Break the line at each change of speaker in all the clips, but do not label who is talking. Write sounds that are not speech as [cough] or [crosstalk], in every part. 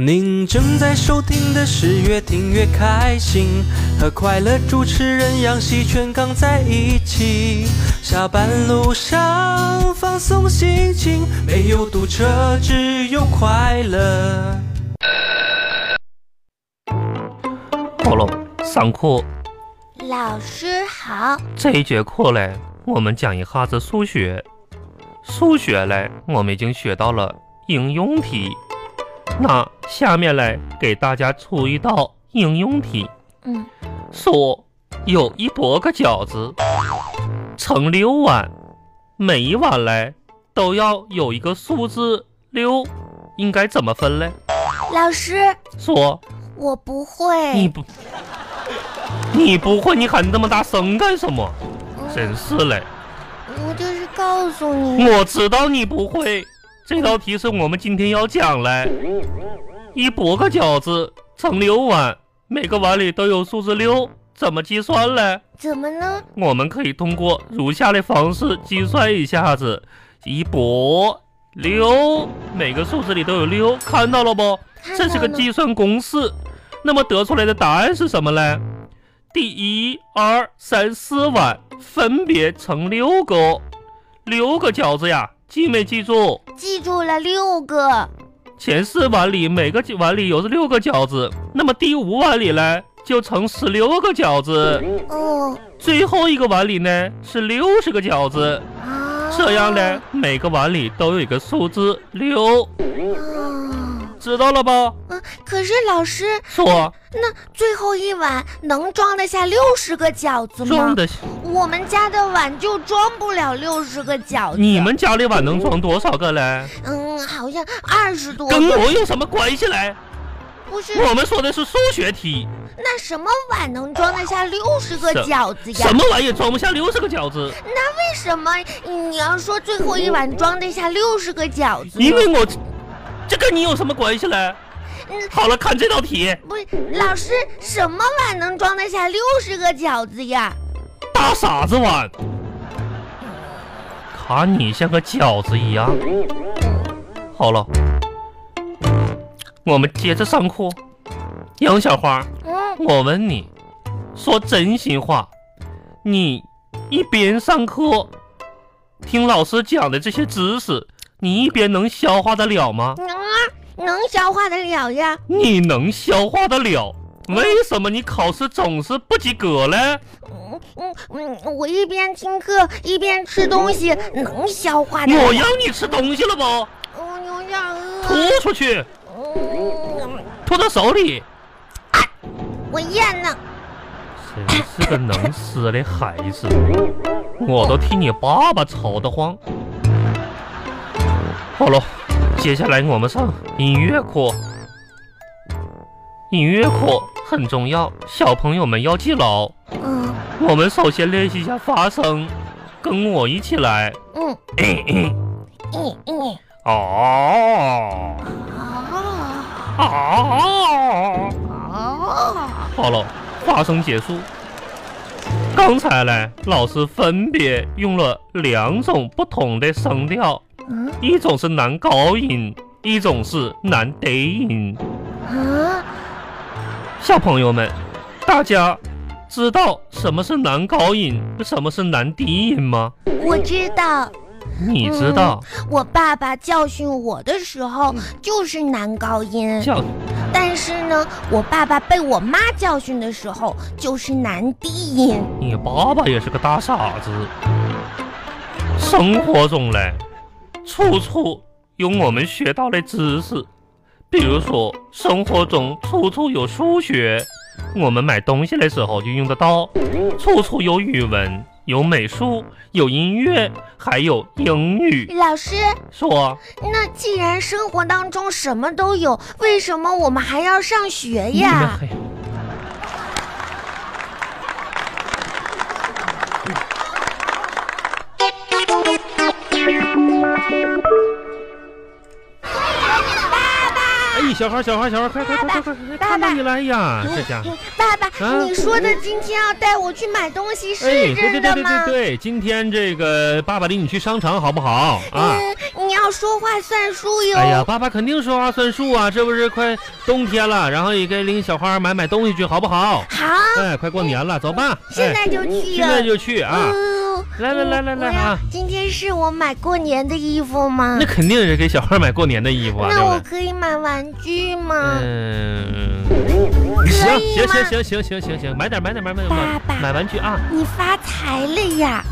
您正在收听的是越听越开心，和快乐主持人杨喜全刚在一起。下班路上放松心情，没有堵车，只有快乐。
好了，上课
老师好，
这一节课嘞，我们讲一下子数学。数学嘞，我们已经学到了应用题。那下面来给大家出一道应用题：
嗯，
说有一百个饺子，盛六碗，每一碗嘞都要有一个数字六，应该怎么分嘞？
老师，
说
我不
你
会，
不， [laughs] 你不会，你喊那么大声干什么？真是嘞，
我就是告诉你，
我知道你不会。这道题是我们今天要讲嘞，一百个饺子盛六碗，每个碗里都有数字六，怎么计算嘞？
怎么呢？
我们可以通过如下的方式计算一下子：一百六，每个数字里都有六，看到了不？
看
这是个
到了
计算公式。那么得出来的答案是什么嘞？第一、二、三、四碗分别盛六个，六个饺子呀，记没记住？
记住了六个，
前四碗里每个碗里有六个饺子，那么第五碗里嘞就盛十六个饺子，
哦
最后一个碗里呢是六十个饺子。
啊，
这样呢，每个碗里都有一个数字六，
啊，
知道了吧？
嗯，可是老师，
说
那最后一碗能装得下六十个饺子
装
吗？
的，
我们家的碗就装不了六十个饺子，
你们家里碗能装多少个嘞？
嗯，好像二十多
跟
个，
我有什么关系嘞？
不是？
我们说的是数学题，
那什么碗能装得下六十个
什
饺子呀
什？么玩意装不下六十个饺子？
为什么嗯你要说最后一碗装得下六十个饺子呢？
因为我这跟你有什么关系嘞？
嗯
好了，看这道题，
不是老师，什么碗能装得下六十个饺子呀？
大傻子碗，看你像个饺子一样。好了，我们接着上课。杨小花，
嗯，
我问你，说真心话，你一边上课听老师讲的这些知识，你一边能消化得了吗？
能啊，能消化得了呀？
你能消化得了？为什么你考试总是不及格嘞？
嗯嗯嗯，我一边听课一边吃东西，能消化得
我
了。
让你吃东西了不？
我有点
吐
饿。
出去，
嗯，
吐到手里。
我咽呢。
真是个能吃的孩子，我都替你爸爸愁得慌。好了，接下来我们上音乐课。音乐课很重要，小朋友们要记牢。
嗯
我们首先练习一下发声，跟我一起来。
嗯嗯嗯
哦
啊
哦。
啊！
好了，发声结束。刚才嘞，老师分别用了两种不同的声调，
嗯
一种是男高音，一种是男低音。
啊，
小朋友们，大家知道什么是男高音，什么是男低音吗？
我知道。
你知道？
我爸爸教训我的时
嗯
候就是男高音，
叫
但是呢，我爸爸被我妈教训的时候就是男低音。
你爸爸也是个大傻子。生活中嘞，处处有我们学到的知识，比如说生活中处处有数学，我们买东西的时候就用得到；处处有语文，有美术，有音乐，还有英语。
老师，
说，
那既然生活当中什么都有，为什么我们还要上学
你们
呀？
还嗯哎，小孩，小孩，小孩，快快快快快快，看到你了哎呀！这家伙，
爸爸，
啊
你说的今天要带我去买东西
哎，对
是
对
真
对
的
对
吗
对？对，今天这个爸爸领你去商场好不好啊？
嗯，你要要说话算数哟。
哎呀，爸爸肯定说话算数啊！这不是快冬天了，然后也该领小花买买东西去，好不好？
好，
哎，快过年了，走吧！
现
哎
在就去
现
了。
在就去啊！
嗯
来来来来来
我要
啊！
今天是我买过年的衣服吗
那？肯定是给小花买过年的衣服啊，对
那
不
我
对？
可以买玩具吗？
嗯，
可以
行
吗？
行行行行行行，买点买点买买买
爸爸
买玩具啊！
你发财了呀？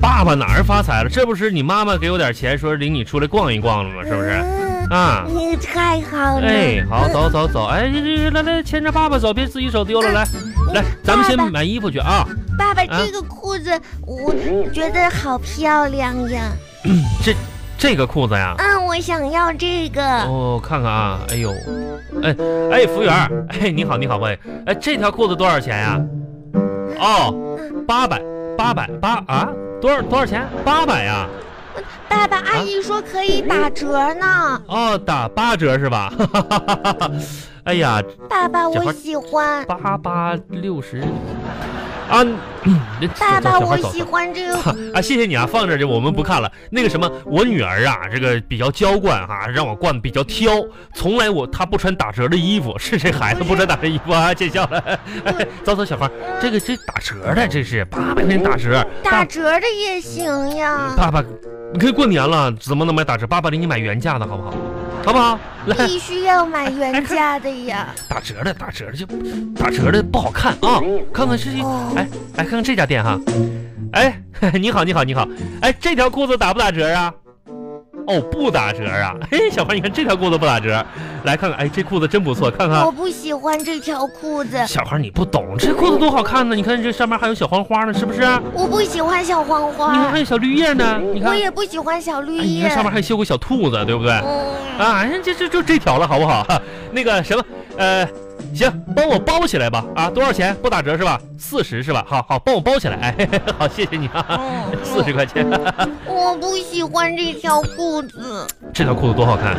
爸爸哪儿发财了？这不是你妈妈给我点钱，说领你出来逛一逛了吗？是不是？
嗯，
啊，
你太好了。
哎，好，
嗯
走走走，哎，这这来来，牵着爸爸走，别自己手丢了，来来，咱们先
嗯爸爸
买衣服去啊。
爸爸，
啊
这个裤子我觉得好漂亮呀！
这这个裤子呀，
嗯，我想要这个。
哦，看看啊，哎呦，哎哎，服务员儿，哎，你好你好，喂，哎，这条裤子多少钱呀？哦，八百八百八啊，多少多少钱？八百呀？
爸爸，阿姨说可以打折呢。
哦，打八折是吧？ [laughs] 哈哈哈哈哎呀，
爸爸，
小孩
我喜欢。
八八六十啊，这
爸爸，我
走
喜欢这个。
[laughs] 啊，谢谢你啊，放这儿就我们不看了。那个什么，我女儿啊，这个比较娇惯哈、让我惯比较挑，从来我她不穿打折的衣服，是这孩子不穿打折衣服啊，见笑了。哎，走走，小花，
嗯
这个这打折的这是八百块钱打折，
打
爸
折的也行呀。
爸爸，你看过年了，怎么能买打折？爸爸给你买原价的好不好？好不好？来，
[laughs] 必须要买原价的
[laughs]
呀！
打折的，打折的就打折的不好看啊！看看是一，
哦
哎哎，看看这家店哈，哎， [laughs] 你好，你好，你好，哎，这条裤子打不打折啊？哦，不打折啊！ [laughs] 嘿、小花，你看这条裤子不打折，来看看，哎，这裤子真不错，看看
我。不喜欢这条裤子，
小花，你不懂，这裤子多好看呢！你看这上面还有小黄花呢，是不是？你
我不喜欢小黄
看还
花，
有小绿叶呢，你看，
哦我也不喜欢小绿
哎你
叶
看。上面还绣个小兔子，对不对？
嗯，
啊，哎这这就这条了，好不好？ [laughs] 那个什么，呃，行，帮我包起来吧。啊，多少钱？不打折是吧？四十是吧？好好，帮我包起来。哎，嘿 [laughs] 嘿好，谢谢你啊，
嗯
[laughs] 四十块钱。
哦我不喜欢这条裤子。
这条裤子多好看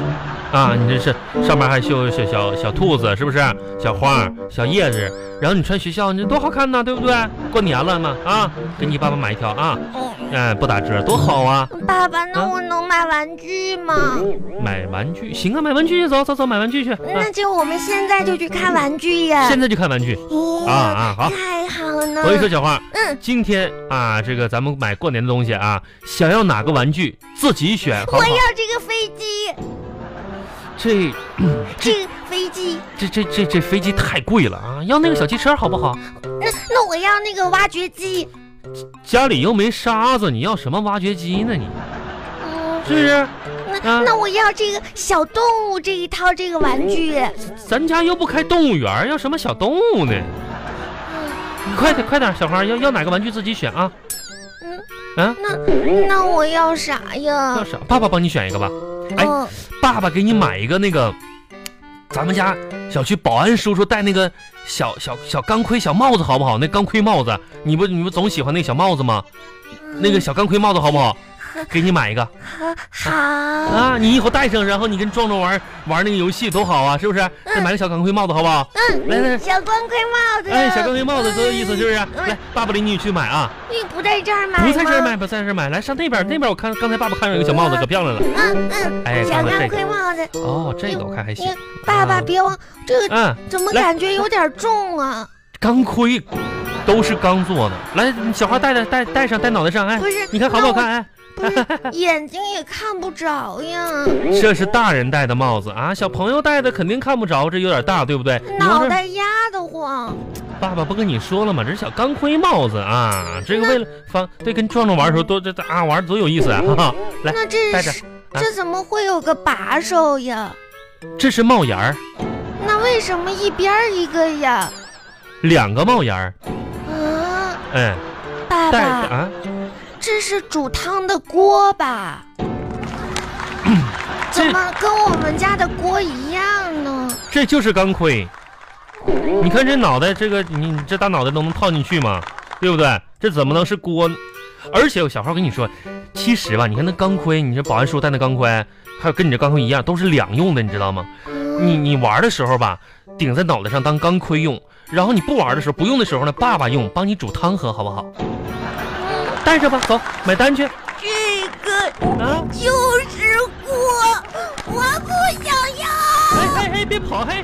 啊！你这是上面还绣小小小兔子，是不是？小花、小叶子，然后你穿学校，你这多好看呢，对不对？过年了嘛，啊，给你爸爸买一条啊，
嗯，
哎，不打折，多好啊！
爸爸，那
啊
我能买玩具吗？
买玩具，行啊，买玩具去，走走走，买玩具去。啊
那，就我们现在就去看玩具呀！
现在就看玩具
哦
啊啊，好。
太好了。
我跟你说，小花，
嗯，
今天啊，这个咱们买过年的东西啊，想要哪个玩具自己选，好不
我
好？
要这个飞机，
这
这个飞机。
这这这这飞机太贵了啊，要那个小汽车好不好？
那嗯那我要那个挖掘机。
家里又没沙子，你要什么挖掘机呢你？
嗯，
是不是？
那
啊
那我要这个小动物这一套这个玩具。
咱家又不开动物园，要什么小动物呢？
嗯
你快点快点，小花要要哪个玩具自己选啊？
嗯，
啊，
那那我要啥
要
呀？
啥？爸爸帮你选一个吧，哎
嗯，
爸爸给你买一个那个，咱们家小区保安叔叔戴那个小小小钢盔小帽子好不好？那钢盔帽子，你不你不总喜欢那小帽子吗？那个小钢盔帽子好不好？给你买一个
好，
啊！你以后戴上，然后你跟壮壮玩玩那个游戏多好啊，是不是？再买个小钢盔帽子好不好？
嗯，
来来，
小光盔帽子。
哎，小钢盔帽子多有意思，是不是？
嗯
来，爸爸领你去买啊！
你不在这儿买吗？
不在这儿买，。不在这儿买，来上那边，那边我看刚才爸爸看上一个小帽子，可漂亮了。
嗯嗯，
哎
小
咱们
钢
这
盔帽子。
哦，这个我看还行
你。爸爸
啊
别忘这个。
嗯，
怎么
来
感觉有点重啊？
钢盔都是钢做的。来，小花戴戴戴戴上，戴脑袋上，哎
不，是，
你看好不好看？哎，
那我？不是，眼睛也看不着呀，
这是大人戴的帽子啊，小朋友戴的肯定看不着，这有点大，对不对？你要
脑
是
袋压得慌。
爸爸不跟你说了吗？这是小钢盔帽子啊，这个为了方对跟壮壮玩的时候多这这啊玩多有意思啊！哈哈来，
那这
戴
是
着啊
这怎么会有个把手呀？
这是帽檐儿，
那为什么一边儿一个呀？
两个帽檐儿，
啊，
哎，
爸
戴
爸，
啊，
这是煮汤的锅吧？怎么跟我们家的锅一样呢？
这就是钢盔。你看这脑袋，这个你你这大脑袋都能套进去吗？对不对？这怎么能是锅呢？而且我小号跟你说，其实吧，你看那钢盔，你这保安叔戴那钢盔，还有跟你这钢盔一样，都是两用的，你知道吗？你你玩的时候吧，顶在脑袋上当钢盔用，然后你不玩的时候不用的时候呢，爸爸用，帮你煮汤喝，好不好？带着吧，走买单去。
这个
啊！
就是锅，我不想要。
哎哎哎，别跑嘿！